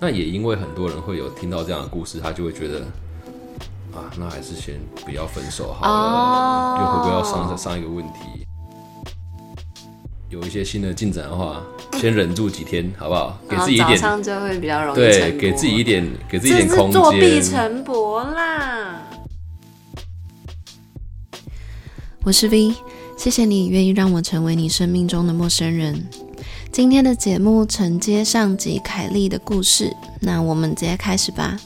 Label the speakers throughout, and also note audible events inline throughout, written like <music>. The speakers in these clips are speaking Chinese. Speaker 1: 那也因为很多人会有听到这样的故事，他就会觉得啊，那还是先不要分手好了，
Speaker 2: 哦
Speaker 1: 又回归到上上一个问题。有一些新的进展的话，先忍住几天，好不好？给
Speaker 2: 然后
Speaker 1: 自己一
Speaker 2: 哦早
Speaker 1: 点，
Speaker 2: 上就会比较容易
Speaker 1: 对，
Speaker 2: 晨勃
Speaker 1: 给自己一点，给自己一
Speaker 2: 这
Speaker 1: 点
Speaker 2: 是
Speaker 1: 空
Speaker 2: 作弊
Speaker 1: 间。
Speaker 2: 陈勃啦。我是 V，谢谢你愿意让我成为你生命中的陌生人。今天的节目承接上集凯莉的故事，那我们直接开始吧。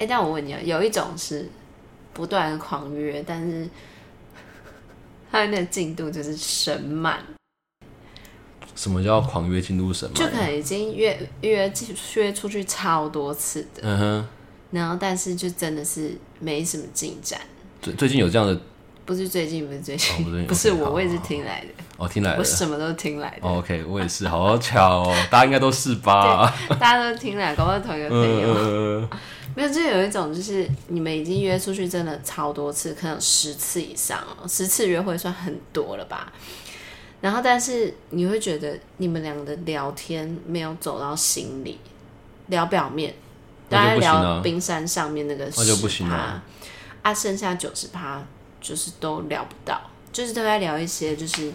Speaker 2: 哎，但我问你，啊，有一种是不断狂约，但是它的那个进度就是神慢，
Speaker 1: 什么叫狂约进入神嘛
Speaker 2: 就？可能已经约约出约出去超多次的，
Speaker 1: 嗯哼，
Speaker 2: 然后但是就真的是没什么进展。
Speaker 1: 最最近有这样的
Speaker 2: 不是最近，不是最
Speaker 1: 哦不是最
Speaker 2: 近，
Speaker 1: 近
Speaker 2: <laughs> 不是
Speaker 1: OK，好
Speaker 2: 我，我也是听来的，
Speaker 1: 哦，听来
Speaker 2: 我
Speaker 1: 了。
Speaker 2: 什么都听来的，
Speaker 1: 哦 OK，我也是，好巧哦，大家应该都是吧？
Speaker 2: 大家都听来，搞不好同一个
Speaker 1: <laughs>
Speaker 2: 朋
Speaker 1: 嗯
Speaker 2: 友。
Speaker 1: 嗯嗯
Speaker 2: 没有，就有一种就是你们已经约出去真的超多次，可能有十次以上哦，十次约会算很多了吧。然后，但是你会觉得你们俩的聊天没有走到心里，聊表面，大
Speaker 1: 那就
Speaker 2: 家
Speaker 1: 不行啊
Speaker 2: 聊冰山上面那个
Speaker 1: 那就不行
Speaker 2: 10%
Speaker 1: 啊
Speaker 2: 啊，剩下九十趴就是都聊不到，就是都在聊一些就是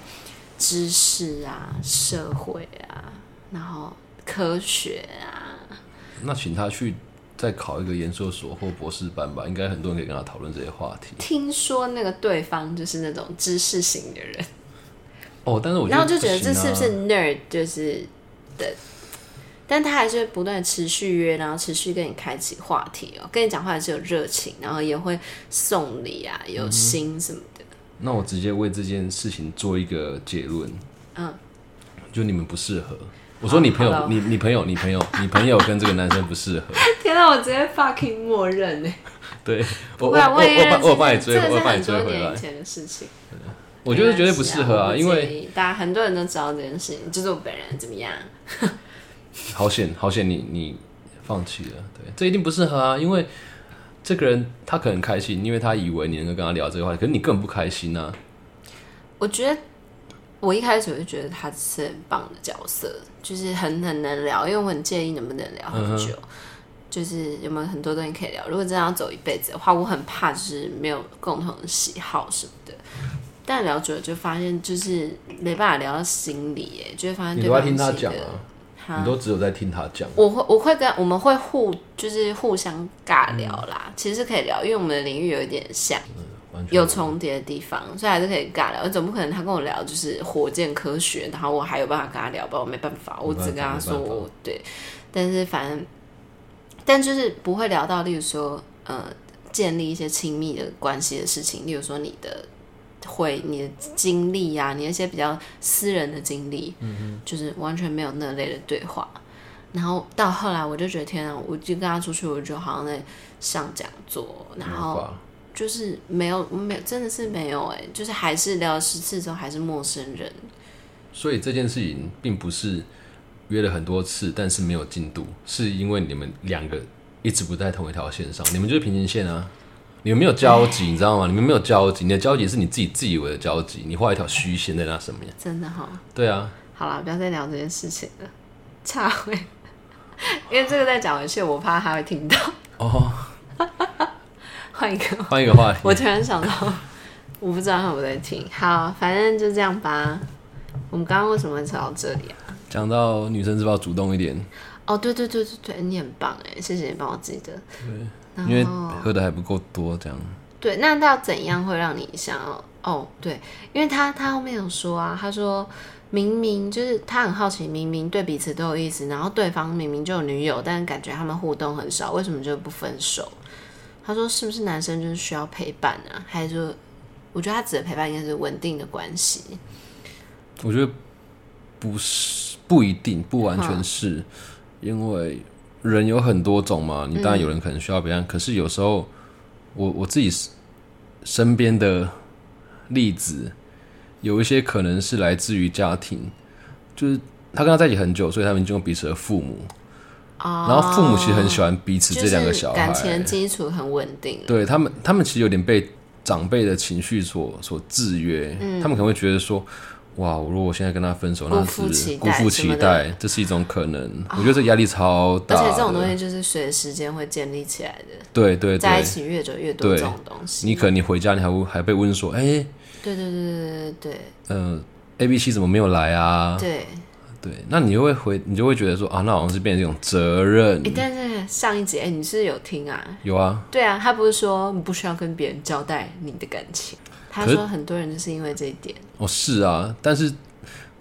Speaker 2: 知识啊、社会啊，然后科学啊，
Speaker 1: 那请他去再考一个研究所或博士班吧，应该很多人可以跟他讨论这些话题。
Speaker 2: 听说那个对方就是那种知识型的人，
Speaker 1: 哦，但是我觉得
Speaker 2: 然后
Speaker 1: 不
Speaker 2: 就
Speaker 1: 行啊、
Speaker 2: 觉得这是不是 nerd 就是的，但他还是不断地持续约，然后持续跟你开启话题哦，跟你讲话也是有热情，然后也会送礼啊，
Speaker 1: 嗯
Speaker 2: 有心什么的，
Speaker 1: 那我直接为这件事情做一个结论，
Speaker 2: 嗯，
Speaker 1: 就你们不适合。我说你朋友，
Speaker 2: 好了
Speaker 1: 你你朋友，你朋友，你朋友跟这个男生不适合。
Speaker 2: <laughs> 天哪，我直接 fucking 默认欸呢、
Speaker 1: 对我，
Speaker 2: 不
Speaker 1: 我
Speaker 2: 然
Speaker 1: 我
Speaker 2: 也
Speaker 1: 我我帮你
Speaker 2: 这
Speaker 1: 追，
Speaker 2: 是
Speaker 1: 我帮
Speaker 2: 很
Speaker 1: 你追
Speaker 2: 多
Speaker 1: 回
Speaker 2: 年以
Speaker 1: 来。
Speaker 2: 前的事情，
Speaker 1: 我觉得绝对不
Speaker 2: 没关系
Speaker 1: 适合
Speaker 2: 我
Speaker 1: 啊，
Speaker 2: 不
Speaker 1: 因为
Speaker 2: 介意大家很多人都知道这件事情，就是我本人怎么样，
Speaker 1: 好险，好险你你放弃了，对，这一定不适合啊，因为这个人他可能开心，因为他以为你能够跟他聊这个话题，可是你根本不开心啊。
Speaker 2: 我觉得我一开始我就觉得他是很棒的角色，就是很很能聊，因为我很介意能不能聊
Speaker 1: 嗯
Speaker 2: 很久，就是有没有很多东西可以聊。如果真的要走一辈子的话，我很怕就是没有共同的喜好什么的。但聊久了就发现，就是没办法聊到心里，耶，就会发现
Speaker 1: 你
Speaker 2: 对
Speaker 1: 都在
Speaker 2: 方
Speaker 1: 听他
Speaker 2: 是一个
Speaker 1: 讲啊，你都只有在听他讲。
Speaker 2: 我会我会跟我们会互就是互相尬聊啦，其实是可以聊，因为我们的领域有一点像，
Speaker 1: 嗯完全
Speaker 2: 有重叠的地方，所以还是可以尬聊。总不可能他跟我聊就是火箭科学，然后我还有办法跟他聊吧？我没办法，我
Speaker 1: 没办法
Speaker 2: 只跟他说
Speaker 1: 没办
Speaker 2: 我对，但是反正，但就是不会聊到，例如说呃，建立一些亲密的关系的事情，例如说你的。会你的经历呀、你那些比较私人的经历，嗯、就是完全没有那类的对话。然后到后来，我就觉得天啊，我就跟他出去，我就好像在上讲座，然后
Speaker 1: 没办法
Speaker 2: 就是没有，没有，真的是没有哎、就是还是聊了十次之后还是陌生人，
Speaker 1: 所以这件事情并不是约了很多次，但是没有进度，是因为你们两个一直不在同一条线上，你们就是平行线啊。你们没有交集，你知道吗？你们没有交集，你的交集是你自己自以为的交集，你画一条虚线在那上面。
Speaker 2: 真的哈。
Speaker 1: 对啊，
Speaker 2: 好啦，不要再聊这件事情了，岔回， <laughs> 因为这个再讲回去，我怕他会听到。
Speaker 1: 哦，
Speaker 2: 换一个， <laughs>
Speaker 1: 换一个话题。
Speaker 2: 我突然想到，我不知道他有没有在听。好，反正就这样吧。我们刚刚为什么会扯到这里啊？
Speaker 1: 讲到女生是不是要主动一点？
Speaker 2: 哦，对对对对对，你很棒哎，谢谢你帮我记得。
Speaker 1: 因为喝的还不够多，这样。
Speaker 2: 对，那到怎样会让你想要？哦，对，因为他他后面有说啊，他说明明就是他很好奇，明明对彼此都有意思，然后对方明明就有女友，但感觉他们互动很少，为什么就不分手？他说是不是男生就是需要陪伴啊？还是说，我觉得他指的陪伴应该是稳定的关系。
Speaker 1: 我觉得不是不一定，不完
Speaker 2: 嗯
Speaker 1: 全是，因为人有很多种嘛。你当
Speaker 2: 嗯
Speaker 1: 然有人可能需要陪伴，可是有时候我我自己身身边的例子，有一些可能是来自于家庭，就是他跟他在一起很久，所以他们经过彼此的父母，
Speaker 2: 哦，
Speaker 1: 然后父母其实很喜欢彼此
Speaker 2: 就
Speaker 1: 这两个
Speaker 2: 是
Speaker 1: 小孩，
Speaker 2: 感情的基础很稳定了。
Speaker 1: 对他们，
Speaker 2: 嗯
Speaker 1: 他们其实有点被长辈的情绪所所制约，他们可能会觉得说，哇，我如果现在跟他分手，
Speaker 2: 辜
Speaker 1: 那
Speaker 2: 负期
Speaker 1: 是
Speaker 2: 待
Speaker 1: 辜负期待，这是一种可能。我觉得这压力超
Speaker 2: 啊而
Speaker 1: 大的，
Speaker 2: 且这种东西就是随着时间会建立起来的，
Speaker 1: 对对
Speaker 2: 在一
Speaker 1: 对，
Speaker 2: 起越久越多
Speaker 1: 对
Speaker 2: 这种东西。
Speaker 1: 你可能你回家你还会还被问说，哎、
Speaker 2: 对对对对对
Speaker 1: 呃，A B C 怎么没有来啊
Speaker 2: 对？对。
Speaker 1: 对，那你就会回，你就会觉得说啊，那好像是变成一种责任
Speaker 2: 哎、。但是上一集哎、你是有听啊？
Speaker 1: 有啊，
Speaker 2: 对啊，他不是说你不需要跟别人交代你的感情，他
Speaker 1: 可是
Speaker 2: 说很多人就是因为这一点。
Speaker 1: 哦是啊，但是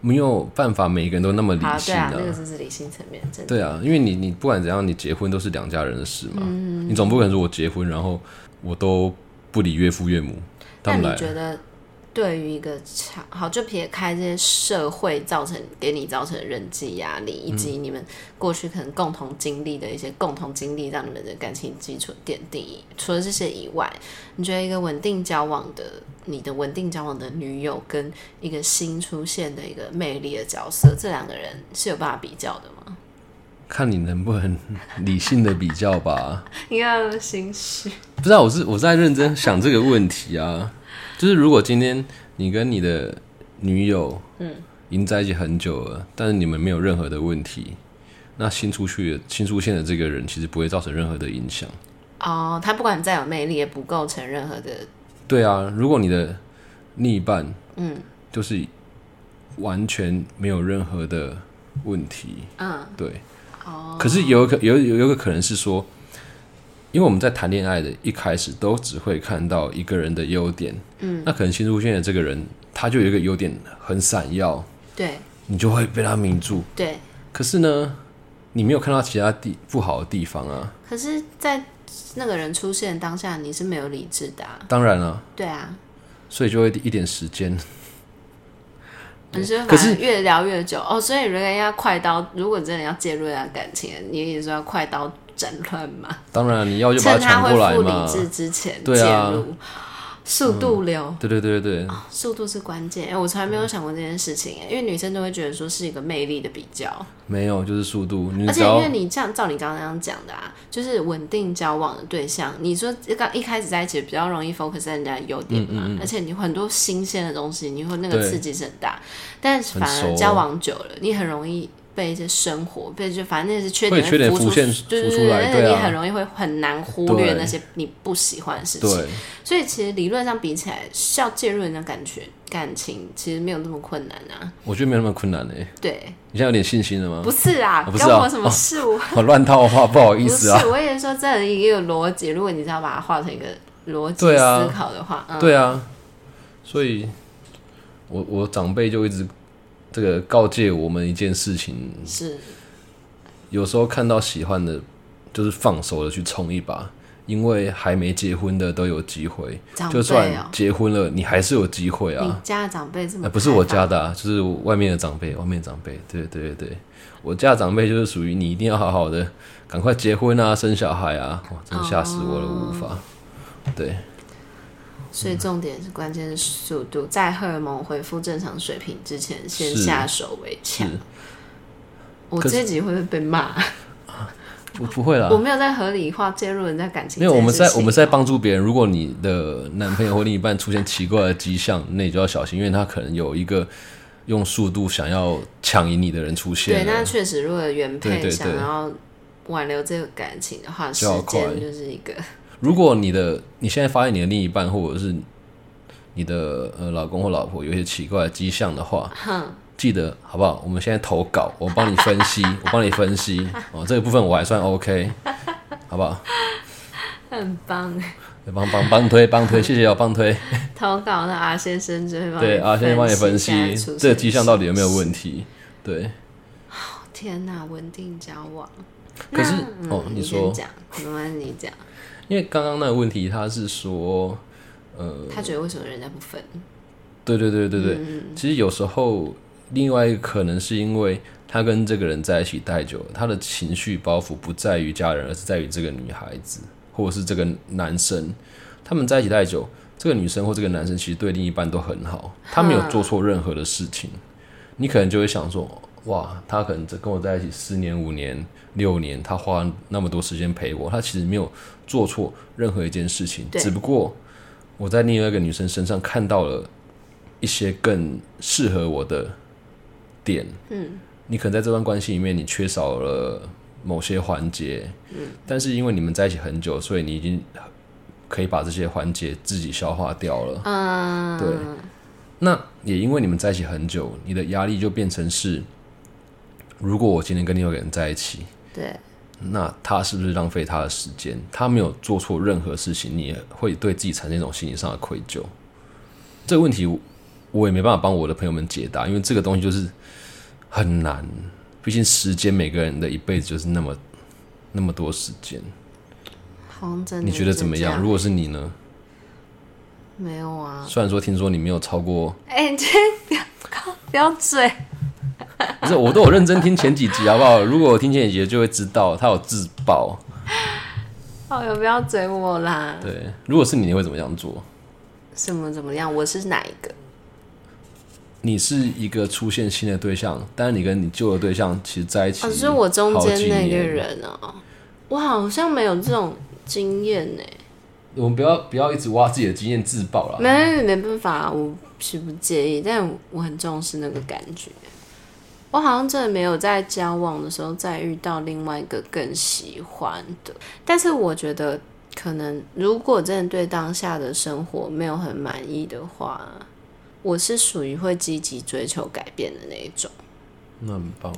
Speaker 1: 没有办法，每个人都那么理
Speaker 2: 好，对
Speaker 1: 性
Speaker 2: 啊，那个就是理性层面，真的。
Speaker 1: 对啊，因为你你不管怎样，你结婚都是两家人的事嘛。
Speaker 2: 嗯
Speaker 1: 你总不可能说我结婚，然后我都不理岳父岳母，他
Speaker 2: 那
Speaker 1: 们
Speaker 2: 你
Speaker 1: 来
Speaker 2: 觉得，对于一个长好，就撇开这些社会造成给你造成的人际压力，以及你们过去可能共同经历的一些共同经历，让你们的感情基础奠定。除了这些以外，你觉得一个稳定交往的，你的稳定交往的女友跟一个新出现的一个魅力的角色，这两个人是有办法比较的吗？
Speaker 1: 看你能不能理性的比较吧。 <laughs>
Speaker 2: 你看心虚，
Speaker 1: 不知道、我是我在认真想这个问题啊，就是如果今天你跟你的女友，嗯，已经在一起很久了，但是你们没有任何的问题，那新出去的新出现的这个人其实不会造成任何的影响。
Speaker 2: 哦，他不管再有魅力，也不构成任何的
Speaker 1: 对啊，如果你的另一半，嗯，就是完全没有任何的问题，嗯，对，哦，可是有一个有有有一个可能是说，因为我们在谈恋爱的一开始都只会看到一个人的优点，嗯，那可能新出现的这个人他就有一个优点很闪耀，
Speaker 2: 对
Speaker 1: 你就会被他迷住，
Speaker 2: 对。
Speaker 1: 可是呢，你没有看到其他地不好的地方啊，
Speaker 2: 可是，在那个人出现当下，你是没有理智的、啊，
Speaker 1: 当然啊，
Speaker 2: 对啊，
Speaker 1: 所以就会一点时间，
Speaker 2: 你是反
Speaker 1: 可是
Speaker 2: 而越聊越久哦。所以，如果要快刀，如果真的要介入一段感情，你也说要快刀斩乱麻，
Speaker 1: 当然你要 <laughs> 就把
Speaker 2: 趁
Speaker 1: 抢
Speaker 2: 会
Speaker 1: 过来
Speaker 2: 复
Speaker 1: 嘛
Speaker 2: 理。智之前介
Speaker 1: 对啊嗯
Speaker 2: 入，速度流。
Speaker 1: 对对对对，
Speaker 2: 速度是关键，哎、我从来没有想过这件事情，哎因为女生都会觉得说是一个魅力的比较，
Speaker 1: 没有，就是速度。你
Speaker 2: 而
Speaker 1: 只
Speaker 2: 且因
Speaker 1: 要
Speaker 2: 为你这样照你刚刚那样讲的啊，就是稳定交往的对象，你说刚一开始在一起比较容易 focus 在人家的优点嘛，而且你很多新鲜的东西，你会那个
Speaker 1: 嗯对
Speaker 2: 刺激是很大，但是
Speaker 1: 很
Speaker 2: 反而
Speaker 1: 熟
Speaker 2: 交往久了，你很容易。被一些生活，被就反正那些缺
Speaker 1: 会
Speaker 2: 点
Speaker 1: 缺点
Speaker 2: 浮
Speaker 1: 浮现
Speaker 2: 对对
Speaker 1: 浮
Speaker 2: 对
Speaker 1: 出来
Speaker 2: 而且
Speaker 1: 对
Speaker 2: 你
Speaker 1: 啊
Speaker 2: 很容易会很难忽略
Speaker 1: 对
Speaker 2: 那些你不喜欢的事情。
Speaker 1: 对，
Speaker 2: 所以其实理论上比起来，是要介入人家感觉感情，其实没有那么困难啊。
Speaker 1: 我觉得没有那么困难诶。
Speaker 2: 对，
Speaker 1: 你现在有点信心了吗
Speaker 2: 不？是啊，
Speaker 1: 哦
Speaker 2: 关
Speaker 1: 不是啊
Speaker 2: 我什么事？我
Speaker 1: 我乱套话，不好意
Speaker 2: 不
Speaker 1: 思啊
Speaker 2: 是，。我也说这也有逻辑。如果你只要把它画成一个逻辑
Speaker 1: 对啊
Speaker 2: 思考的话，嗯，
Speaker 1: 对啊，所以我我长辈就一直这个告诫我们一件事情，
Speaker 2: 是
Speaker 1: 有时候看到喜欢的，就是放手的去冲一把。因为还没结婚的都有机会，
Speaker 2: 长辈
Speaker 1: 就
Speaker 2: 哦
Speaker 1: 算、结婚了，你还是有机会啊。
Speaker 2: 你家的长辈这么、
Speaker 1: 呃，不是我，家的、啊，就是外面的长辈，外面的长辈，对对对对，我家的长辈就是属于你一定要好好的，赶快结婚啊，生小孩啊，哇，真的吓死我了，我无法。
Speaker 2: 哦
Speaker 1: 对，
Speaker 2: 所以重点是关键是速度，在荷尔蒙恢复正常水平之前，先
Speaker 1: 是
Speaker 2: 下手为强
Speaker 1: 是。
Speaker 2: 我
Speaker 1: 可啊
Speaker 2: 这集会不会被骂？
Speaker 1: 不不会啦
Speaker 2: 我，没有在合理化介入人家感情
Speaker 1: 没有，
Speaker 2: 这件事情哦。
Speaker 1: 我们在我们是在帮助别人。如果你的男朋友或另一半出现奇怪的迹象，那你就要小心，因为他可能有一个用速度想要抢赢你的人出
Speaker 2: 对，
Speaker 1: 现了
Speaker 2: 那。确实，如果原
Speaker 1: 对
Speaker 2: 配
Speaker 1: 对
Speaker 2: 想
Speaker 1: 对
Speaker 2: 要挽留这个感情的话，时
Speaker 1: 就要快
Speaker 2: 间就是一个 <laughs>
Speaker 1: 如果你的你现在发现你的另一半或者是你的呃老公或老婆有一些奇怪的迹象的话，记得好不好？我们现在投稿，我帮你分
Speaker 2: <laughs>
Speaker 1: 析，我帮你分析哦，这个部分我还算 OK，好不好？
Speaker 2: 很棒。
Speaker 1: 帮帮帮推帮推，谢谢哦，帮推。
Speaker 2: <laughs> 投稿的阿先生就会帮
Speaker 1: 对啊，现在帮你分析
Speaker 2: 现在出现
Speaker 1: 这个迹象到底有没有
Speaker 2: 的
Speaker 1: 问题？对，
Speaker 2: 事？天哪，稳定交往。
Speaker 1: 可是
Speaker 2: 那
Speaker 1: 哦
Speaker 2: 嗯
Speaker 1: 你
Speaker 2: 你
Speaker 1: 说
Speaker 2: 先讲，没关系，你讲。
Speaker 1: 因为刚刚那个问题他是说，
Speaker 2: 他觉得为什么人家不分？
Speaker 1: 对对对对对，其实有时候另外一个可能是因为他跟这个人在一起太久了，他的情绪包袱不在于家人，而是在于这个女孩子或者是这个男生。他们在一起太久，这个女生或这个男生其实对另一半都很好，他没有做错任何的事情，你可能就会想说。哇，他可能跟我在一起四年、五年、六年，他花那么多时间陪我，他其实没有做错任何一件事情，
Speaker 2: 对
Speaker 1: 只不过我在另外一个女生身上看到了一些更适合我的点。嗯，你可能在这段关系里面，你缺少了某些环节。嗯，但是因为你们在一起很久，所以你已经可以把这些环节自己消化掉了。
Speaker 2: 嗯，
Speaker 1: 对那也因为你们在一起很久，你的压力就变成是：如果我今天跟另外一个人在一起，
Speaker 2: 对
Speaker 1: 那他是不是浪费他的时间？他没有做错任何事情，你也会对自己产生一种心理上的愧疚。这个问题我我也没办法帮我的朋友们解答，因为这个东西就是很难。毕竟时间，每个人的一辈子就是那么那么多时间。
Speaker 2: 好像真的
Speaker 1: 你觉得怎么
Speaker 2: 嗯是这
Speaker 1: 样？如果是你呢？
Speaker 2: 没有啊？
Speaker 1: 虽然说听说你没有超过，
Speaker 2: 哎、你今天不要 <laughs> 靠不要嘴，
Speaker 1: 不是我都有认真听前几集， <laughs> 好不好？如果我听前几集就会知道他有自爆。
Speaker 2: 哦哟，不要嘴我啦！
Speaker 1: 对，如果是你，你会怎么样做？
Speaker 2: 什么怎么样？我是哪一个？
Speaker 1: 你是一个出现新的对象，但是你跟你旧的对象其实在一起，
Speaker 2: 哦，是我中
Speaker 1: 好
Speaker 2: 间
Speaker 1: 几
Speaker 2: 那个
Speaker 1: 年
Speaker 2: 人哦，我好像没有这种经验呢、
Speaker 1: 我们不要不要一直挖自己的经验自爆啦。
Speaker 2: 没没办法，啊我是不介意，但我很重视那个感觉。我好像真的没有在交往的时候再遇到另外一个更喜欢的，但是我觉得可能如果真的对当下的生活没有很满意的话，我是属于会积极追求改变的那一种。
Speaker 1: 那很棒，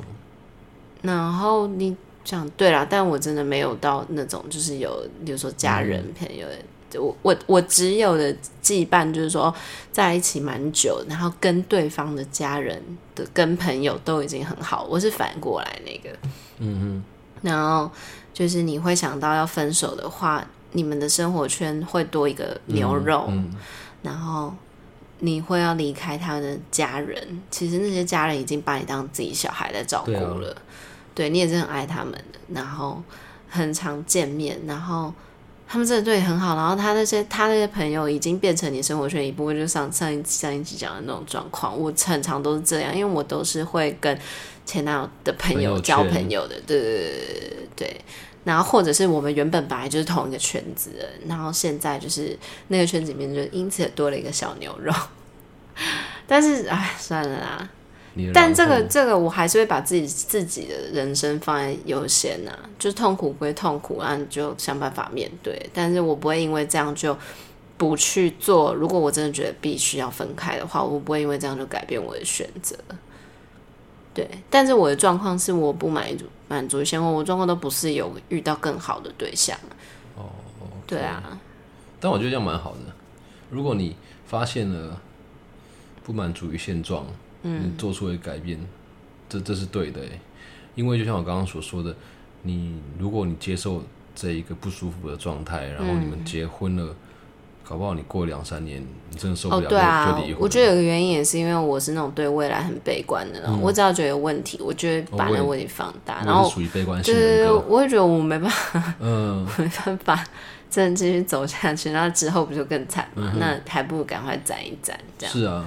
Speaker 2: 然后你讲对啦，但我真的没有到那种就是有，比如说家人、朋友，就我我我只有的羁绊就是说在一起蛮久，然后跟对方的家人的跟朋友都已经很好，我是反过来那个，嗯哼，然后就是你会想到要分手的话，你们的生活圈会多一个牛肉，
Speaker 1: 嗯
Speaker 2: 然后。你会要离开他的家人，其实那些家人已经把你当自己小孩在照顾
Speaker 1: 对啊
Speaker 2: 了，对你也是很爱他们的，然后很常见面，然后他们真的对你很好，然后他那些他那些朋友已经变成你生活圈一部分，就上上一上一集讲的那种状况，我很常都是这样，因为我都是会跟前男友的朋
Speaker 1: 朋
Speaker 2: 友
Speaker 1: 友
Speaker 2: 交
Speaker 1: 圈
Speaker 2: 朋友的，对对对对对对。然后或者是我们原本本来就是同一个圈子的，然后现在就是那个圈子里面就因此多了一个小牛肉， <laughs> 但是哎，算了啦，
Speaker 1: 你的
Speaker 2: 但这
Speaker 1: 然
Speaker 2: 个
Speaker 1: 后
Speaker 2: 这个，我还是会把自己自己的人生放在优先呐、就痛苦归痛苦，啊，你就想办法面对。但是我不会因为这样就不去做。如果我真的觉得必须要分开的话，我不会因为这样就改变我的选择。对，但是我的状况是我不满足满足现况，我状况都不是有遇到更好的对象。哦，对啊，
Speaker 1: 但我觉得这样蛮好的。如果你发现了不满足于现状，嗯，你做出了改变，这这是对的欸。因为就像我刚刚所说的，你如果你接受这一个不舒服的状态，然后你们结婚了，搞不好你过两三年你真的受不
Speaker 2: 哦
Speaker 1: 了，，
Speaker 2: 对啊
Speaker 1: 就就离，婚。
Speaker 2: 我觉得有个原因也是因为我是那种对未来很悲观的人，我只要觉得有问题，我就会把那
Speaker 1: 嗯哦我
Speaker 2: 个
Speaker 1: 也
Speaker 2: 问题放大，然
Speaker 1: 我
Speaker 2: 后
Speaker 1: 是属于悲观
Speaker 2: 就
Speaker 1: 型人
Speaker 2: 是
Speaker 1: 格，
Speaker 2: 我会觉得我没办法， <laughs>
Speaker 1: 嗯，
Speaker 2: 没办法真的继续走下去，那之后不就更惨
Speaker 1: 嗯
Speaker 2: 吗？那还不如赶快攒一攒，这样
Speaker 1: 是啊，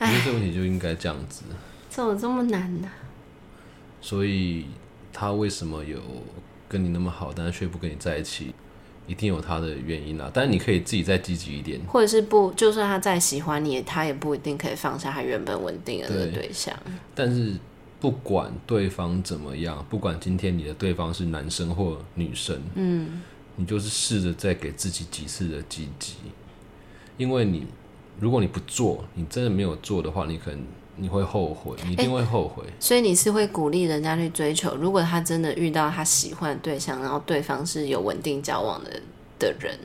Speaker 1: 我觉得这个问题就应该这样子。
Speaker 2: 怎么这么难呢、
Speaker 1: 所以他为什么有跟你那么好，但是却不跟你在一起，一定有他的原因啊啦。但是你可以自己再积极一点，
Speaker 2: 或者是不，就算他再喜欢你，他也不一定可以放下他原本稳定的那个对象。
Speaker 1: 但是不管对方怎么样，不管今天你的对方是男生或女生，嗯，你就是试着再给自己几次的积极，因为你如果你不做，你真的没有做的话，你可能你会后悔，你一定会后悔。
Speaker 2: 所以你是会鼓励人家去追求，如果他真的遇到他喜欢的对象，然后对方是有稳定交往的的人，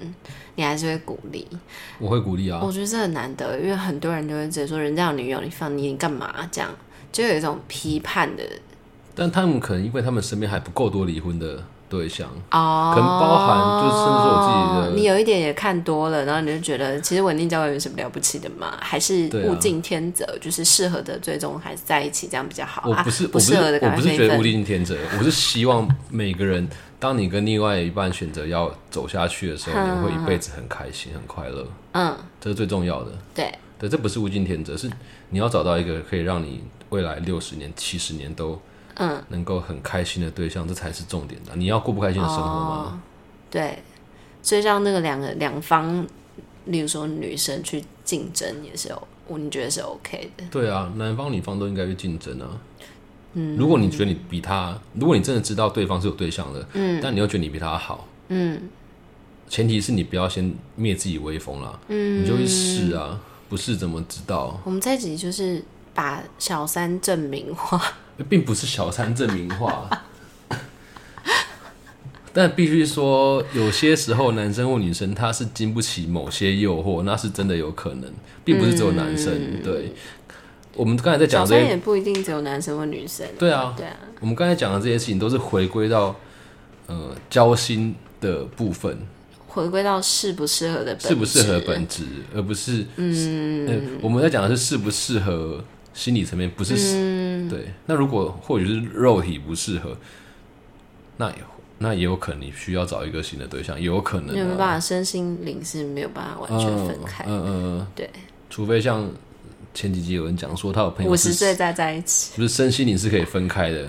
Speaker 2: 你还是会鼓励。
Speaker 1: 我会鼓励啊，
Speaker 2: 我觉得这很难得，因为很多人都会直接说人家有女友，你放你你干嘛这样，就有一种批判的
Speaker 1: 但他们可能因为他们身边还不够多离婚的对象，
Speaker 2: 哦，
Speaker 1: 可能包含就是甚至我自己的
Speaker 2: 你有一点也看多了，然后你就觉得其实稳定交往有什么了不起的嘛？还是
Speaker 1: 对啊
Speaker 2: 物竞天择，就是适合的最终还是在一起，这样比较好
Speaker 1: 我
Speaker 2: 啊。
Speaker 1: 不是，我
Speaker 2: 不
Speaker 1: 不是，
Speaker 2: 适合的
Speaker 1: 我
Speaker 2: 赶
Speaker 1: 不
Speaker 2: 快
Speaker 1: 是
Speaker 2: 分一
Speaker 1: 觉得无
Speaker 2: 分。
Speaker 1: 力天
Speaker 2: <laughs>
Speaker 1: 者，我是希望每个人，当你跟另外一半选择要走下去的时候，你会一辈子很开心、很快乐，
Speaker 2: 嗯，
Speaker 1: 这是最重要的。
Speaker 2: 对，
Speaker 1: 对，这不是无尽天择，是你要找到一个可以让你未来六十年、七十年都
Speaker 2: 嗯，
Speaker 1: 能够很开心的对象，这才是重点
Speaker 2: 哦
Speaker 1: 的。你要过不开心的生活吗？
Speaker 2: 对，所以让那个两个两方例如说女生去竞争也是有，我你觉得是 OK 的。
Speaker 1: 对啊，男方女方都应该去竞争啊。嗯，如果你觉得你比他，如果你真的知道对方是有对象的，嗯，但你又觉得你比他好，嗯，前提是你不要先灭自己威风啦，嗯，你就去试啊，不试怎么知道？
Speaker 2: 我们这一集就是把小三证明化，
Speaker 1: 并不是小三证明话， <laughs> 但必须说，有些时候男生或女生他是经不起某些诱惑，那是真的有可能，并不是只有男生。对，我们刚才在讲
Speaker 2: 小
Speaker 1: 这
Speaker 2: 三
Speaker 1: 些，
Speaker 2: 也不一定只有男生或女生。
Speaker 1: 对啊，
Speaker 2: 对啊，
Speaker 1: 我们刚才讲的这些事情都是回归到呃交心的部分，
Speaker 2: 回归到适不适合的本质，
Speaker 1: 适不适合本质，而不是嗯、呃我们在讲的是适不适合心理层面，不是、
Speaker 2: 嗯
Speaker 1: 对。那如果或许是肉体不适合，那也那也有可能你需要找一个新的对象，也有可能、
Speaker 2: 你有没有
Speaker 1: 啊，
Speaker 2: 办法身心灵是没有办法完全分开。
Speaker 1: 嗯嗯嗯，
Speaker 2: 对，
Speaker 1: 除非像前几集有人讲说他有朋友
Speaker 2: 五十
Speaker 1: 是
Speaker 2: 岁再在一起，
Speaker 1: 不是身心灵是可以分开的，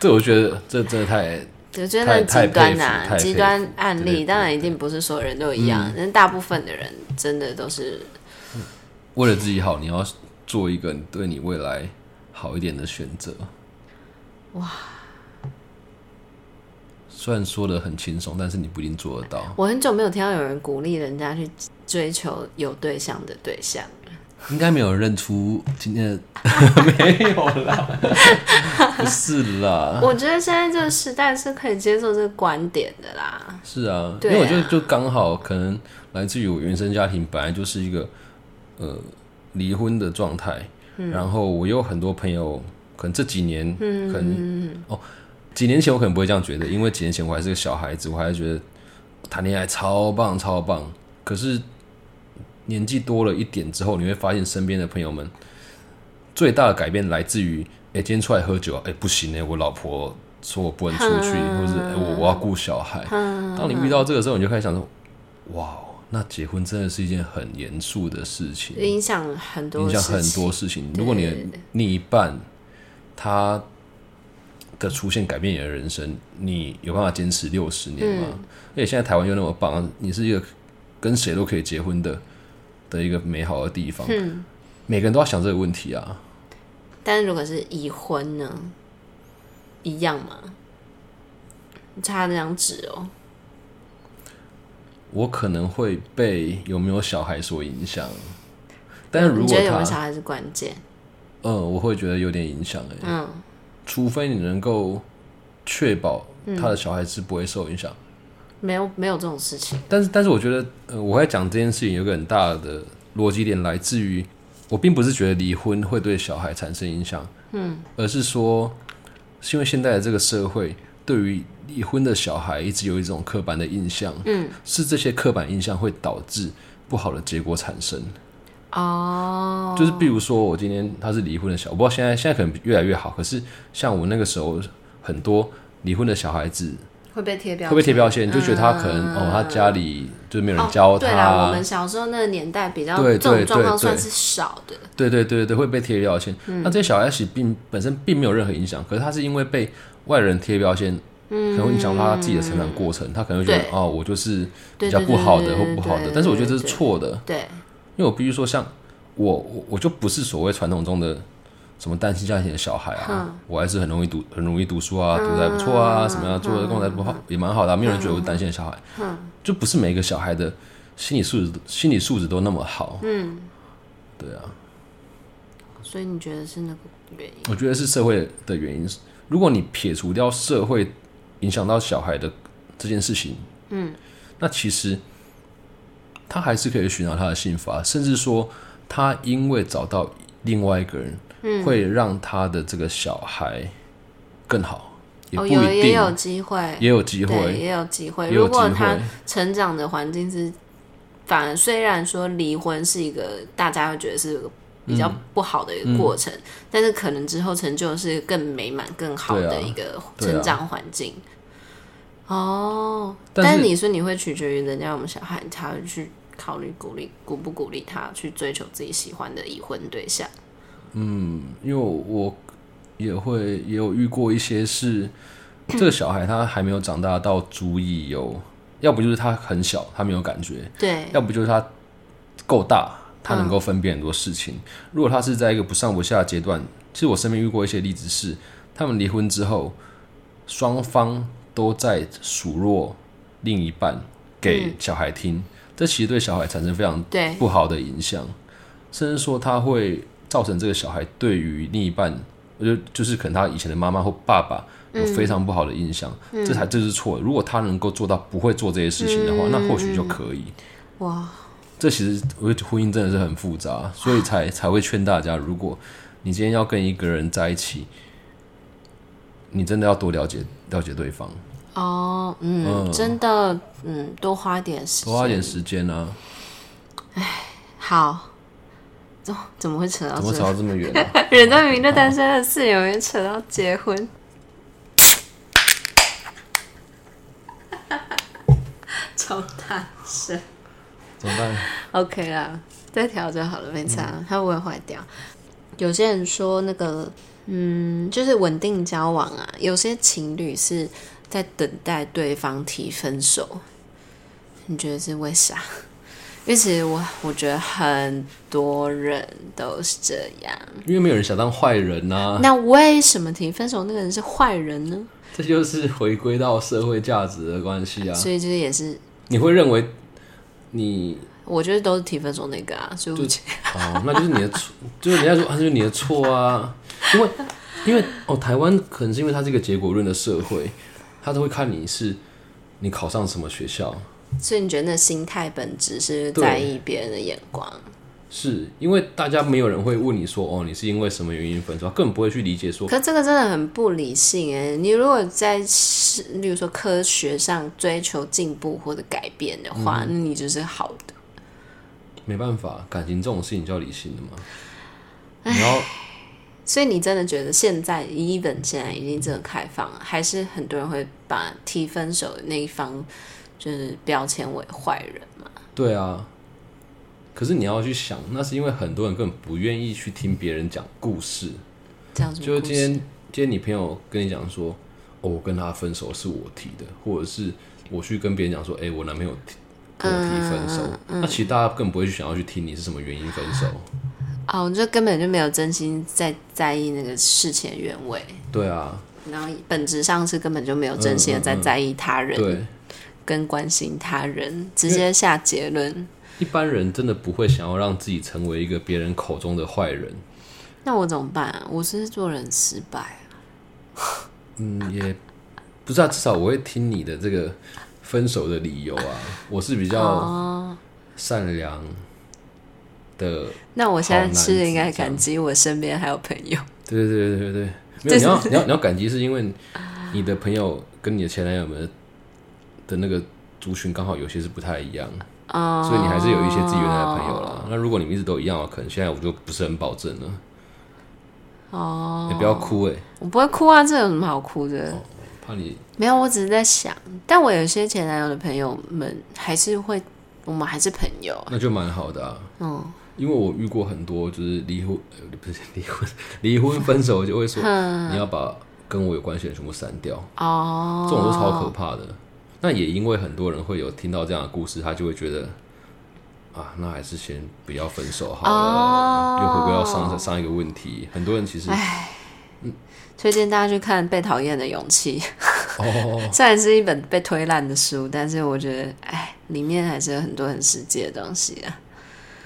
Speaker 1: 这我觉得这真的太
Speaker 2: 我觉得
Speaker 1: 太
Speaker 2: 那
Speaker 1: 太
Speaker 2: 极端啊
Speaker 1: 佩服太，
Speaker 2: 极
Speaker 1: 佩
Speaker 2: 端
Speaker 1: 服
Speaker 2: 案
Speaker 1: 对对
Speaker 2: 例
Speaker 1: 对嗯
Speaker 2: 当然一定不是所有人都一样，但大部分的人真的都是
Speaker 1: 为了自己好，你要做一个对你未来好一点的选择。哇！虽然说的很轻松，但是你不一定做得
Speaker 2: <laughs>
Speaker 1: 到。
Speaker 2: 我很久没有听到有人鼓励人家去追求有对象的对象，
Speaker 1: 应该没有人认出今天的没有啦，不是啦，
Speaker 2: 我觉得现在这个时代是可以接受这个观点的啦。
Speaker 1: 是啊，因
Speaker 2: 对啊
Speaker 1: 为我觉得就刚好可能来自于我原生家庭本来就是一个呃离婚的状态，然后我有很多朋友，可能这几年，嗯、可能哦几年前我可能不会这样觉得，因为几年前我还是个小孩子，我还是觉得谈恋爱超棒超棒。可是年纪多了一点之后，你会发现身边的朋友们最大的改变来自于，哎、今天出来喝酒啊，哎、不行哎、我老婆说我不能出去，或者、哎我我要顾小孩。当你遇到这个时候，你就开始想说，哇哦，那结婚真的是一件很严肃的事情。
Speaker 2: 影响了很多
Speaker 1: 影响很
Speaker 2: 事情
Speaker 1: 多事情。如果你的另一半他的出现改变你的人生，你有办法坚持六十年吗？
Speaker 2: 嗯
Speaker 1: 而且现在台湾又那么棒，啊你是一个跟谁都可以结婚的的一个美好的地方。
Speaker 2: 嗯
Speaker 1: 每个人都要想这个问题啊。
Speaker 2: 但是如果是已婚呢，一样吗？差那张纸哦，
Speaker 1: 我可能会被有没有小孩所影响，但是如
Speaker 2: 嗯你
Speaker 1: 果
Speaker 2: 觉得有没有小
Speaker 1: 他，
Speaker 2: 孩是关键？
Speaker 1: 嗯，我会觉得有点影响哎、
Speaker 2: 嗯，
Speaker 1: 除非你能够确保
Speaker 2: 嗯
Speaker 1: 他的小孩是不会受影响。
Speaker 2: 没有没有这种事情，
Speaker 1: 但是，但是我觉得，呃，我在讲这件事情有个很大的逻辑点来自于，我并不是觉得离婚会对小孩产生影响，嗯，而是说，是因为现在的这个社会对于离婚的小孩一直有一种刻板的印象，嗯，是这些刻板印象会导致不好的结果产生。
Speaker 2: 哦，
Speaker 1: 就是比如说，我今天他是离婚的小，我不知道现在现在可能越来越好，可是像我那个时候，很多离婚的小孩子
Speaker 2: 会被贴标啊
Speaker 1: 会被贴标签，就觉得他可能、哦，他家里就是没有人教
Speaker 2: 哦。
Speaker 1: 他，啊
Speaker 2: 对啦，我们小时候那个年代比较
Speaker 1: 对
Speaker 2: 这种
Speaker 1: 对
Speaker 2: 状况
Speaker 1: 对
Speaker 2: 算
Speaker 1: 对
Speaker 2: 是少的，
Speaker 1: 对对对对，会被贴标签。
Speaker 2: 嗯
Speaker 1: 那这些小孩其实并本身并没有任何影响，可是他是因为
Speaker 2: 嗯
Speaker 1: 被外人贴标签，可能会影响到他自己的成长过程。他可能会觉得
Speaker 2: 对
Speaker 1: 哦，我就是比
Speaker 2: 对
Speaker 1: 较
Speaker 2: 对
Speaker 1: 不
Speaker 2: 对
Speaker 1: 好的
Speaker 2: 嗯对
Speaker 1: 或
Speaker 2: 对
Speaker 1: 不好
Speaker 2: 对
Speaker 1: 的
Speaker 2: 对。
Speaker 1: 但是我觉得这是
Speaker 2: 对
Speaker 1: 错的，
Speaker 2: 对，
Speaker 1: 因为我必须说，像我我我就不是所谓传统中的什么单亲家庭的小孩啊，我还是很容易读很容易读书啊，读的还不错啊，什么样做的工作还不好也蛮好的啊、没有人觉得我是单亲的小孩，就不是每一个小孩的心理素质心理素质都那么好，嗯，对啊。
Speaker 2: 所以你觉得是那个原因？
Speaker 1: 我觉得是社会的原因。如果你撇除掉社会影响到小孩的这件事情，嗯，那其实他还是可以寻找他的幸福啊，甚至说他因为找到另外一个人，嗯、会让他的这个小孩更好，也
Speaker 2: 哦，
Speaker 1: 不一
Speaker 2: 有也
Speaker 1: 定，
Speaker 2: 有机会，
Speaker 1: 也有机
Speaker 2: 对，
Speaker 1: 会，
Speaker 2: 也有机会。
Speaker 1: 也有
Speaker 2: 如果
Speaker 1: 机
Speaker 2: 他
Speaker 1: 会
Speaker 2: 成长的环境是，反而虽然说离婚是一个大家会觉得是个比
Speaker 1: 嗯
Speaker 2: 较不好的一个过程，但是可能之后成就是更美满、更好
Speaker 1: 对
Speaker 2: 的
Speaker 1: 啊
Speaker 2: 一个
Speaker 1: 对啊
Speaker 2: 成长环境。哦，
Speaker 1: 但
Speaker 2: 但
Speaker 1: 是
Speaker 2: 你说你会取决于人家有没有小孩，你才会去考虑鼓励鼓不鼓励他去追求自己喜欢的已婚对象。
Speaker 1: 因为我也会
Speaker 2: <clears throat>
Speaker 1: 也有遇过一些是，这个小孩他还没有长大到足以有要不就是他很小，他没有感觉；
Speaker 2: 对，
Speaker 1: 要不就是他够大，他能够分辨很多事情。如果他是在一个不上不下的阶段，其实我身边遇过一些例子是，他们离婚之后，双方都在数落另一半给小孩听，这其实对小孩产生非常
Speaker 2: 对，
Speaker 1: 不好的影响，甚至说他会造成这个小孩对于另一半，我觉得就是可能他以前的妈妈或爸爸有非常不好的印象，这才这是错的。如果他能够做到不会做这些事情的话，那或许就可以。
Speaker 2: 哇，
Speaker 1: 这其实我觉得婚姻真的是很复杂，所以才才会劝大家，如果你今天要跟一个人在一起，你真的要多了解了解对方，
Speaker 2: 哦，嗯，真的，嗯，多花点时间，
Speaker 1: 多花点时间啊，
Speaker 2: 好，怎怎么会扯到
Speaker 1: 怎么
Speaker 2: 这？
Speaker 1: 吵到这么远、
Speaker 2: <laughs>
Speaker 1: 啊？
Speaker 2: 人在明着单身的四年，没扯到结婚。超大声
Speaker 1: 怎么办？
Speaker 2: ，OK 啦，再调就好了，没差，
Speaker 1: 嗯
Speaker 2: 它不会坏掉。有些人说那个，嗯，就是稳定交往啊，有些情侣是在等待对方提分手，你觉得是为啥？ <laughs> 因为其实我我觉得很多人都是这样。
Speaker 1: 因为没有人想当坏人呐、啊
Speaker 2: 那为什么提分手那个人是坏人呢？
Speaker 1: 这就是回归到社会价值的关系啊！
Speaker 2: 所以就是也是，
Speaker 1: 你会认为你
Speaker 2: 我觉得都是提分手那个啊，所以我觉得
Speaker 1: 哦，那就是你的错，就是人家说啊，就是你的错啊，因为因为哦，台湾可能是因为它是一个结果论的社会，他都会看你是你考上什么学校，
Speaker 2: 所以你觉得那心态本质是
Speaker 1: 对
Speaker 2: 在意别人的眼光，
Speaker 1: 是因为大家没有人会问你说哦，你是因为什么原因分手，他根本不会去理解说
Speaker 2: 可这个真的很不理性哎、你如果在是，例如说科学上追求进步或者改变的话，
Speaker 1: 嗯
Speaker 2: 那你就是好的。
Speaker 1: 没办法，感情这种事情就要理性的嘛，你要
Speaker 2: 所以你真的觉得现在 even 现在已经这么开放了，还是很多人会把提分手的那一方就是标签为坏人嘛？
Speaker 1: 对啊，可是你要去想，那是因为很多人根本不愿意去听别人讲故事。
Speaker 2: 这样子
Speaker 1: 就是今天，今天你朋友跟你讲说，哦，我跟他分手是我提的，或者是我去跟别人讲说，哎、我男朋友提跟我提分手，那其实大家更不会去想要去听你是什么原因分手。
Speaker 2: 哦，我就根本就没有真心在在意那个事情的原委，
Speaker 1: 对啊，
Speaker 2: 然后本质上是根本就没有真心的在在意他人、
Speaker 1: 嗯对，
Speaker 2: 跟关心他人，直接下结论。
Speaker 1: 一般人真的不会想要让自己成为一个别人口中的坏人。
Speaker 2: 那我怎么办、啊？我是做人失败啊、
Speaker 1: 嗯，也不知道，至少我会听你的这个分手的理由啊。我是比较善良的，
Speaker 2: 那我现在吃的应
Speaker 1: 好
Speaker 2: 该
Speaker 1: 难讲
Speaker 2: 感激我身边还有朋友。
Speaker 1: 对对对对对，没有你要你要你要感激，是因为你的朋友跟你的前男友们的那个族群刚好有些是不太一样，
Speaker 2: 哦、
Speaker 1: <laughs> 所以你还是有一些自己原来的朋友啦。那如果你们一直都一样，可能现在我就不是很保证了。
Speaker 2: 哦，
Speaker 1: 你不要哭哎、
Speaker 2: 我不会哭啊，这有什么好哭的？
Speaker 1: 哦怕你
Speaker 2: 没有，我只是在想，但我有些前男友的朋友们还是会，我们还是朋友啊。
Speaker 1: 那就蛮好的啊。
Speaker 2: 嗯，
Speaker 1: 因为我遇过很多就是离婚， <laughs> 呃，不是离婚，离婚分手就会说你要把跟我有关系的人全部删掉，
Speaker 2: 哦，
Speaker 1: 这种都超可怕的。那也因为很多人会有听到这样的故事，他就会觉得啊，那还是先不要分手好了，
Speaker 2: 哦
Speaker 1: 又回归到上上一个问题。很多人其实
Speaker 2: 推荐大家去看《被讨厌的勇气》 <laughs>
Speaker 1: 哦，
Speaker 2: 虽然是一本被推烂的书，但是我觉得，哎，里面还是有很多很实际的东西啊。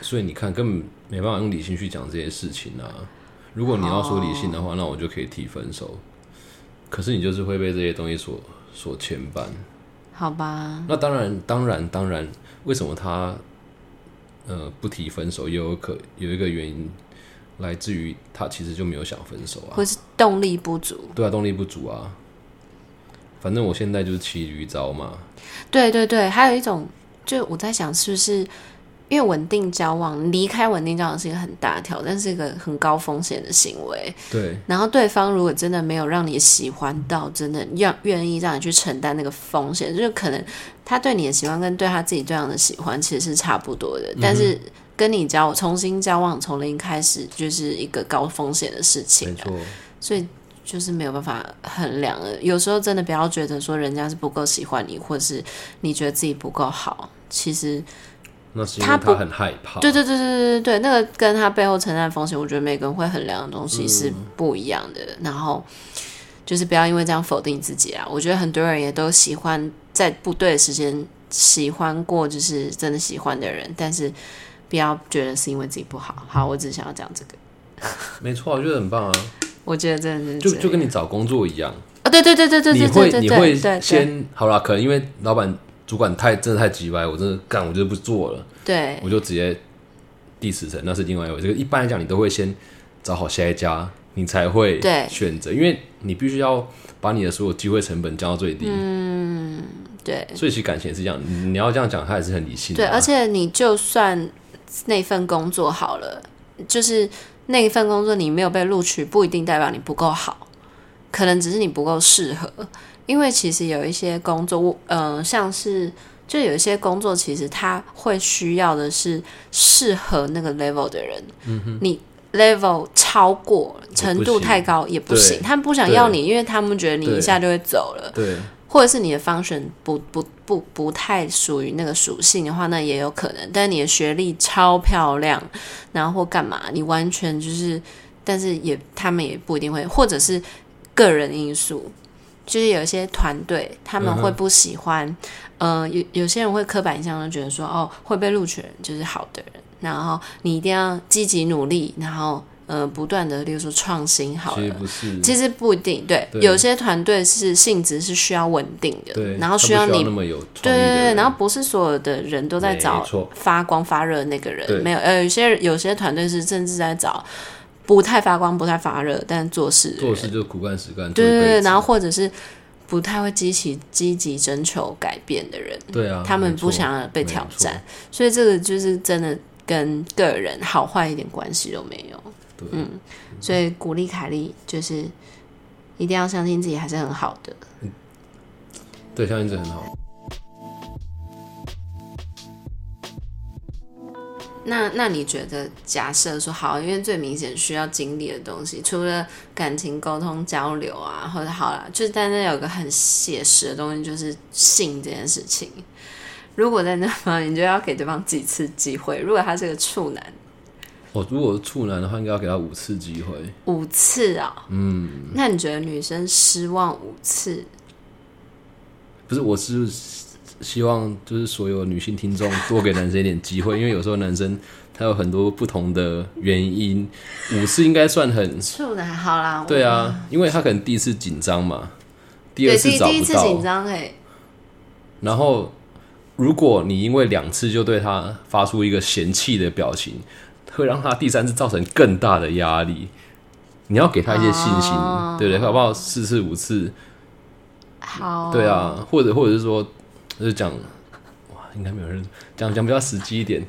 Speaker 1: 所以你看根本没办法用理性去讲这些事情啊。如果你要说理性的话，那我就可以提分手。可是你就是会被这些东西所所牵绊。
Speaker 2: 好吧，
Speaker 1: 那当然，当然，当然，为什么他呃不提分手，也有可有一个原因，来自于他其实就没有想分手啊，
Speaker 2: 或是动力不足。
Speaker 1: 对啊，动力不足啊。反正我现在就是骑驴找马，
Speaker 2: 对对对，还有一种，就我在想，是不是因为稳定交往，离开稳定交往是一个很大的挑战，是一个很高风险的行为。
Speaker 1: 对
Speaker 2: 然后对方如果真的没有让你喜欢到，真的让愿意让你去承担那个风险，就是可能他对你的喜欢跟对他自己对象的喜欢其实是差不多的，但是跟你交重新交往从零开始就是一个高风险的事情
Speaker 1: 没
Speaker 2: 啊，
Speaker 1: 错，
Speaker 2: 所以就是没有办法衡量了。有时候真的不要觉得说人家是不够喜欢你，或是你觉得自己不够好，其实
Speaker 1: 那是因为
Speaker 2: 他不
Speaker 1: 他很害怕。
Speaker 2: 对对对对对对对，那个跟他背后承担的风险，我觉得每个人会衡量的东西是不一样的。然后就是不要因为这样否定自己啊！我觉得很多人也都喜欢在不对的时间喜欢过，就是真的喜欢的人，但是不要觉得是因为自己不好。好，我只想要讲这个，
Speaker 1: 没错啊，我觉得很棒啊，
Speaker 2: 我觉得真的是
Speaker 1: 就
Speaker 2: 这样
Speaker 1: 就跟你找工作一样，
Speaker 2: 啊，对对对对对
Speaker 1: 你
Speaker 2: 对
Speaker 1: 会
Speaker 2: 对对
Speaker 1: 你
Speaker 2: 对
Speaker 1: 会
Speaker 2: 对对
Speaker 1: 先好啦，可能因为老板主管太真的太急歪，我真的干我就不做了，
Speaker 2: 对
Speaker 1: 我就直接第十层，那是另外一回事。这个一般来讲，你都会先找好下一家，你才会
Speaker 2: 对
Speaker 1: 选择，因为你必须要把你的所有机会成本降到最低。
Speaker 2: 嗯对
Speaker 1: 所以其实感情也是这样，你你要这样讲，他也是很理性的
Speaker 2: 对，
Speaker 1: 啊、
Speaker 2: 而且你就算那份工作好了，就是那一份工作你没有被录取，不一定代表你不够好，可能只是你不够适合。因为其实有一些工作，我呃，像是就有一些工作，其实他会需要的是适合那个 level 的人。嗯哼，你 level 超过程度
Speaker 1: 行
Speaker 2: 太高也不行，
Speaker 1: 对
Speaker 2: 他们不想要你，因为他们觉得你一
Speaker 1: 对
Speaker 2: 下就会走了。
Speaker 1: 对
Speaker 2: 或者是你的 function 不不不不太属于那个属性的话，那也有可能。但你的学历超漂亮，然后或干嘛，你完全就是，但是也他们也不一定会，或者是个人因素，就是有一些团队他们会不喜欢，呃，有有些人会刻板印象，就觉得说，哦，会被录取的人就是好的人，然后你一定要积极努力，然后呃，不断的，例如说创新好
Speaker 1: 其
Speaker 2: 了
Speaker 1: 实，不是，
Speaker 2: 其实不一定，对，
Speaker 1: 对
Speaker 2: 有些团队是性质是需要稳定的
Speaker 1: 对，，
Speaker 2: 然后
Speaker 1: 他不
Speaker 2: 需
Speaker 1: 需
Speaker 2: 要你，
Speaker 1: 那么有
Speaker 2: 对
Speaker 1: 创意
Speaker 2: 对
Speaker 1: 的
Speaker 2: 对，
Speaker 1: 人
Speaker 2: 然后不是所有的人都在找
Speaker 1: 没错
Speaker 2: 发光发热的那个
Speaker 1: 对
Speaker 2: 人，没有，呃，有些有些团队是甚至在找不太发光、不太发热，但做事的人
Speaker 1: 做事就苦干实干，
Speaker 2: 对
Speaker 1: 做一
Speaker 2: 对
Speaker 1: 辈
Speaker 2: 对，
Speaker 1: 子
Speaker 2: 然后或者是不太会积极积极征求改变的人，
Speaker 1: 对啊，
Speaker 2: 他们
Speaker 1: 没错
Speaker 2: 不想要被挑战，所以这个就是真的跟个人好坏一点关系都没有。
Speaker 1: 对
Speaker 2: 嗯，所以鼓励凯莉就是一定要相信自己还是很好的。
Speaker 1: 对，相信这很好。
Speaker 2: 那那你觉得，假设说好，因为最明显需要经历的东西，除了感情沟通交流啊，或者好啦，就是但是有个很写实的东西，就是性这件事情。如果在那方，你就要给对方几次机会。如果他是个处男，
Speaker 1: 我哦如果是处男的话，应该要给他五次机会。
Speaker 2: 五次啊、嗯，那你觉得女生失望五次，
Speaker 1: 不是，我是希望就是所有女性听众多给男生一点机会，因为有时候男生他有很多不同的原因，五次应该算很
Speaker 2: 处男好啦，
Speaker 1: 对
Speaker 2: 啊，
Speaker 1: 啊，因为他可能第一次紧张嘛，第二
Speaker 2: 对，
Speaker 1: 次
Speaker 2: 第
Speaker 1: 找
Speaker 2: 第一
Speaker 1: 不
Speaker 2: 次紧
Speaker 1: 到，
Speaker 2: 张哎，
Speaker 1: 然后如果你因为两次就对他发出一个嫌弃的表情，会让他第三次造成更大的压力。你要给他一些信心，
Speaker 2: 哦
Speaker 1: 对不对？好不好？四次五次，
Speaker 2: 好，
Speaker 1: 对，啊，或者或者是说，就是讲，哇，应该没有人讲讲比较实际一点，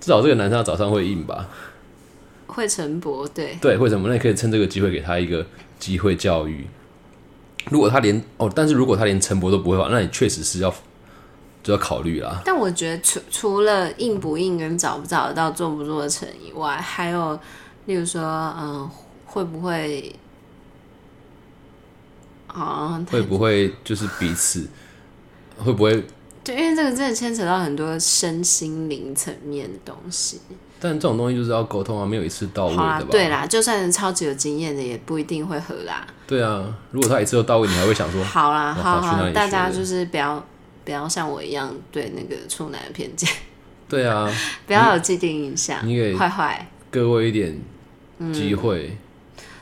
Speaker 1: 至少这个男生要早上会硬吧？
Speaker 2: 会陈博对，
Speaker 1: 对，或者什么？那你可以趁这个机会给他一个机会教育。如果他连哦，但是如果他连陈博都不会的话，那你确实是要就要考虑啦。
Speaker 2: 但我觉得除除了应不应跟找不找得到、做不做得成以外，还有例如说，嗯、会不会，啊，
Speaker 1: 会不会就是彼此会不会？
Speaker 2: 对，因为这个真的牵扯到很多身心灵层面的东西。
Speaker 1: 但这种东西就是要沟通啊，没有一次到位
Speaker 2: 好啦
Speaker 1: 的吧？，
Speaker 2: 对啦，就算是超级有经验的，也不一定会合啦。
Speaker 1: 对啊，如果他一次都到位，你还会想说，
Speaker 2: 好啦，
Speaker 1: 我
Speaker 2: 好
Speaker 1: 跑去哪
Speaker 2: 好，
Speaker 1: 里
Speaker 2: 大
Speaker 1: 学
Speaker 2: 家
Speaker 1: 的
Speaker 2: 就是不要不要像我一样对那个处男的偏见， <laughs>
Speaker 1: 对啊，
Speaker 2: 不要有既定印象
Speaker 1: 你给，
Speaker 2: 坏坏。
Speaker 1: 各位一点
Speaker 2: 嗯
Speaker 1: 机会。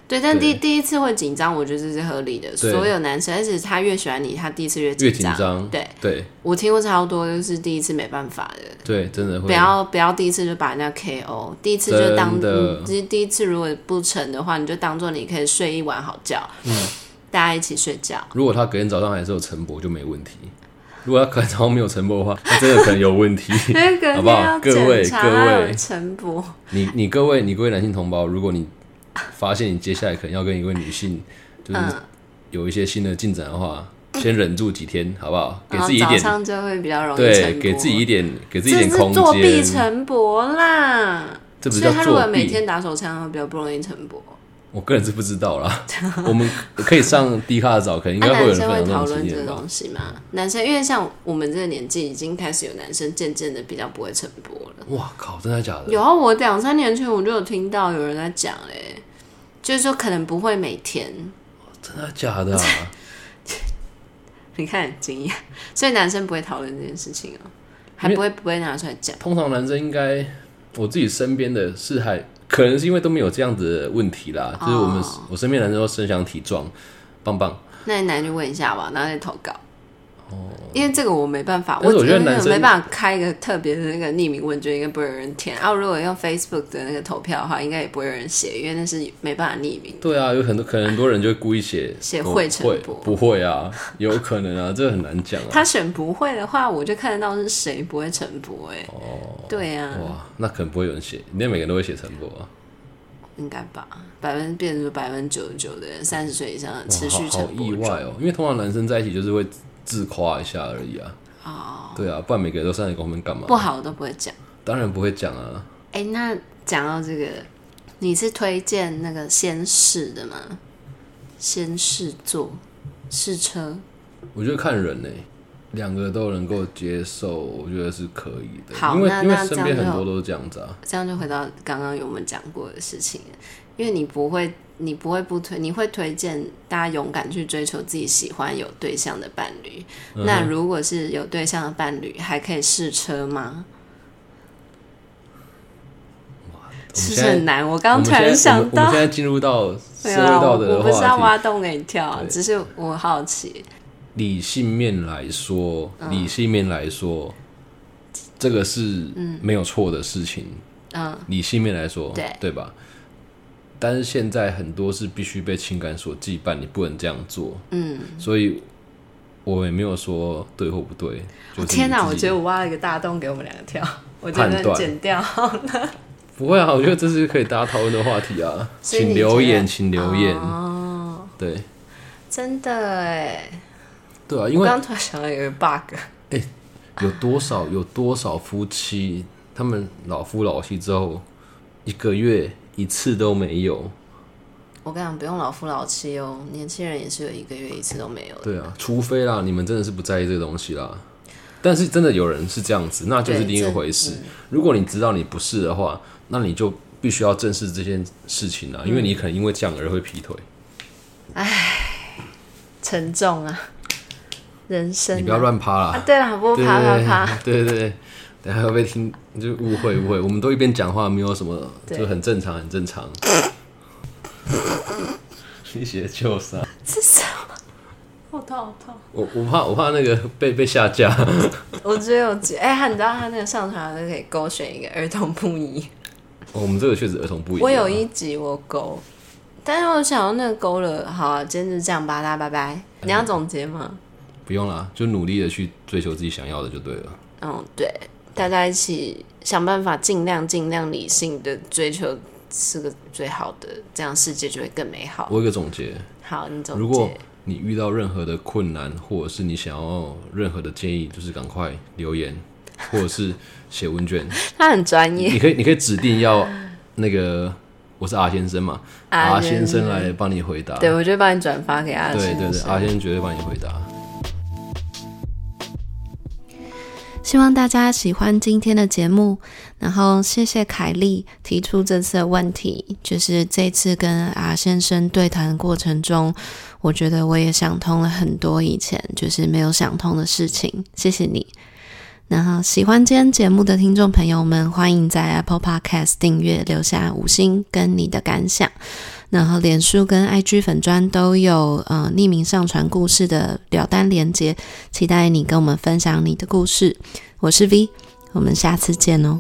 Speaker 2: 对，但第
Speaker 1: 对
Speaker 2: 第一次会紧张，我觉得这是合理的。
Speaker 1: 对
Speaker 2: 所有男生，而且他越喜欢你，他第一次越
Speaker 1: 越
Speaker 2: 紧
Speaker 1: 紧张，
Speaker 2: 对，
Speaker 1: 对
Speaker 2: 我听过超多，就是第一次没办法的。
Speaker 1: 对，真的会
Speaker 2: 不要不要第一次就把人家 KO，第一次就当
Speaker 1: 真的
Speaker 2: 嗯，第第一次如果不成的话，你就当做你可以睡一晚好觉，嗯，大家一起睡觉。
Speaker 1: 如果他隔天早上还是有晨勃，就没问题。如果他隔天早上没有晨勃的话， <laughs> 那真的可能有问题。
Speaker 2: <laughs> 那个
Speaker 1: 好不好各位各位
Speaker 2: 陈博，
Speaker 1: 你你各位你各位男性同胞，如果你发现你接下来可能要跟一位女性就是
Speaker 2: 嗯，
Speaker 1: 有一些新的进展的话，先忍住几天，好不好？给
Speaker 2: 然后
Speaker 1: 自己一
Speaker 2: 嗯哦早
Speaker 1: 点
Speaker 2: 上就会比较容易
Speaker 1: 对，
Speaker 2: 晨勃
Speaker 1: 给自己一点给自己一
Speaker 2: 这
Speaker 1: 点
Speaker 2: 是
Speaker 1: 空
Speaker 2: 作弊
Speaker 1: 间，
Speaker 2: 陈博啦。
Speaker 1: 这不是
Speaker 2: 所以
Speaker 1: 叫
Speaker 2: 他如果
Speaker 1: 作
Speaker 2: 每
Speaker 1: 弊。
Speaker 2: 天打手枪，会比较不容易晨勃。
Speaker 1: 我个人是不知道啦， <laughs> 我们可以上低卡的找，可能应该
Speaker 2: 啊、
Speaker 1: 会有人
Speaker 2: 男生
Speaker 1: 分享
Speaker 2: 会
Speaker 1: 这
Speaker 2: 讨
Speaker 1: 种
Speaker 2: 论
Speaker 1: 经
Speaker 2: 这
Speaker 1: 验
Speaker 2: <laughs>
Speaker 1: 吧。
Speaker 2: 东西吗？啊男生因为像我们这个年纪，已经开始有男生渐渐的比较不会晨勃了。
Speaker 1: 哇靠，真的假的？
Speaker 2: 有啊，我两三年前我就有听到有人在讲嘞、就是说可能不会每天，
Speaker 1: 真的假的、啊？
Speaker 2: 你看很惊讶，所以男生不会讨论这件事情哦、还不会不会拿出来讲。
Speaker 1: 通常男生应该，我自己身边的是还可能是因为都没有这样子的问题啦，就是我们
Speaker 2: 哦
Speaker 1: 我身边男生都身强体壮，棒棒。
Speaker 2: 那你男就问一下吧，然后再投稿。因为这个我没办法，
Speaker 1: 哦但是
Speaker 2: 我
Speaker 1: 我觉得
Speaker 2: 真的
Speaker 1: 男生
Speaker 2: 没办法开一个特别的那个匿名问卷，应该不会有人填。啊，如果用 Facebook 的那个投票的话，应该也不会有人写，因为那是没办法匿名。
Speaker 1: 对啊，有很多可能很多人就会故意写
Speaker 2: 写
Speaker 1: 哦
Speaker 2: 会陈
Speaker 1: 会
Speaker 2: 勃
Speaker 1: 不会
Speaker 2: <laughs>
Speaker 1: 啊？有可能啊，这个很难讲啊。
Speaker 2: 他选不会的话，我就看得到是谁不会陈博哎、对啊呀、
Speaker 1: 哦哇，那可能不会有人写，应该每个人都会写陈勃啊。
Speaker 2: 应该吧，百分变成百分之九十九的人三十岁以上的持续
Speaker 1: 哇好
Speaker 2: 陈
Speaker 1: 好
Speaker 2: 博
Speaker 1: 意外哦，因为通常男生在一起就是会自夸一下而已啊。哦，对啊，不然每个人都三十公分干嘛？
Speaker 2: 不好我都不会讲。
Speaker 1: 当然不会讲啊。
Speaker 2: 哎、那讲到这个，你是推荐那个先试的吗？先试坐试车，
Speaker 1: 我觉得看人呢、欸两个都能够接受，我觉得是可以的。
Speaker 2: 好
Speaker 1: 因为
Speaker 2: 那
Speaker 1: 因为
Speaker 2: 那
Speaker 1: 身
Speaker 2: 这
Speaker 1: 边
Speaker 2: 样就
Speaker 1: 很多都是这样子啊。
Speaker 2: 这样就回到刚刚有我们讲过的事情了，因为你不会，你不会不推，你会推荐大家勇敢去追求自己喜欢有对象的伴侣。
Speaker 1: 嗯
Speaker 2: 那如果是有对象的伴侣，还可以试车吗？
Speaker 1: 我们
Speaker 2: 是不是
Speaker 1: 现在
Speaker 2: 很难？我刚刚突
Speaker 1: 我
Speaker 2: 然
Speaker 1: 们现在
Speaker 2: 想
Speaker 1: 我们
Speaker 2: 到
Speaker 1: 我们现，在进入到社
Speaker 2: 没
Speaker 1: 会
Speaker 2: 有啦，
Speaker 1: 道
Speaker 2: 我
Speaker 1: 德的
Speaker 2: 我不是要
Speaker 1: 话题。
Speaker 2: 挖洞给你跳，只是我好奇。
Speaker 1: 理性面来说，理性面来说，这个是没有错的事情。
Speaker 2: 嗯，
Speaker 1: 理性面来说，
Speaker 2: 对
Speaker 1: 对吧？但是现在很多是必须被情感所羁绊，你不能这样做。嗯，所以我也没有说对或不对。就是、
Speaker 2: 哦天哪，我觉得我挖了一个大洞给我们两个跳，我觉
Speaker 1: 判
Speaker 2: 得
Speaker 1: 断
Speaker 2: 剪掉。 <laughs>
Speaker 1: 不会啊，我觉得这是可以大家讨论的话题啊，
Speaker 2: 所以你
Speaker 1: 请留
Speaker 2: 觉
Speaker 1: 言，
Speaker 2: 得
Speaker 1: 请留言。
Speaker 2: 哦，
Speaker 1: 对
Speaker 2: 真的哎，
Speaker 1: 对啊，因
Speaker 2: 我
Speaker 1: 为
Speaker 2: 刚刚突然想到有一个 bug。
Speaker 1: 有多少有多少夫妻，他们老夫老妻之后，一个月一次都没有。
Speaker 2: 我跟你讲，不用老夫老妻哦，年轻人也是有一个月一次都没有的。
Speaker 1: 对啊，除非啦，你们真的是不在意这个东西啦。但是真的有人是这样子，那就是
Speaker 2: 对
Speaker 1: 另一
Speaker 2: 这
Speaker 1: 回事。如果你知道你不是的话，那你就必须要正视这件事情啊啦，因
Speaker 2: 嗯
Speaker 1: 为你可能因为这样而会劈腿。
Speaker 2: 沉重啊，人生、啊。
Speaker 1: 你不要乱趴啦。
Speaker 2: 啊！对了，不
Speaker 1: 对
Speaker 2: 啪啪啪， <laughs>
Speaker 1: 对对对，等下会被听就误会误会，我们都一边讲话，没有什么，
Speaker 2: 对
Speaker 1: 就很正常很正常。 <laughs> 你写旧伤，
Speaker 2: 这是什么？好痛好痛！
Speaker 1: 我我怕我怕那个 <laughs> 被被下架，
Speaker 2: 我只有几哎、他你知道他那个上传都可以勾选一个儿童不宜，
Speaker 1: 哦我们这个确实儿童不宜。啊
Speaker 2: 我有一集我勾，但是我想到那个勾了，好、啊，今天就这样吧，大家拜拜。你要总结吗？
Speaker 1: 不用啦，就努力的去追求自己想要的就对了。
Speaker 2: 嗯，对，大家一起想办法，尽量尽量理性的追求是个最好的，这样世界就会更美好。
Speaker 1: 我有一个总结，
Speaker 2: 好，你哦总结。
Speaker 1: 如果你遇到任何的困难，或者是你想要任何的建议，就是赶快留
Speaker 2: <laughs>
Speaker 1: 言，或者是写问卷。
Speaker 2: 他很专业，
Speaker 1: 你可以你可以指定要那个我是阿先生嘛，
Speaker 2: 阿
Speaker 1: 阿先
Speaker 2: 先
Speaker 1: 生来帮你回答。
Speaker 2: 对我就帮你转发给阿
Speaker 1: 对
Speaker 2: 信
Speaker 1: 对对，阿先生绝对帮你回答。
Speaker 2: 希望大家喜欢今天的节目，然后谢谢凯莉提出这次的问题，就是这次跟阿先生对谈过程中，我觉得我也想通了很多以前就是没有想通的事情，谢谢你。然后喜欢今天节目的听众朋友们，欢迎在 Apple Podcast 订阅留下五星跟你的感想。然后脸书跟 IG 粉砖都有呃匿名上传故事的表单连接，期待你跟我们分享你的故事。我是 V，我们下次见哦。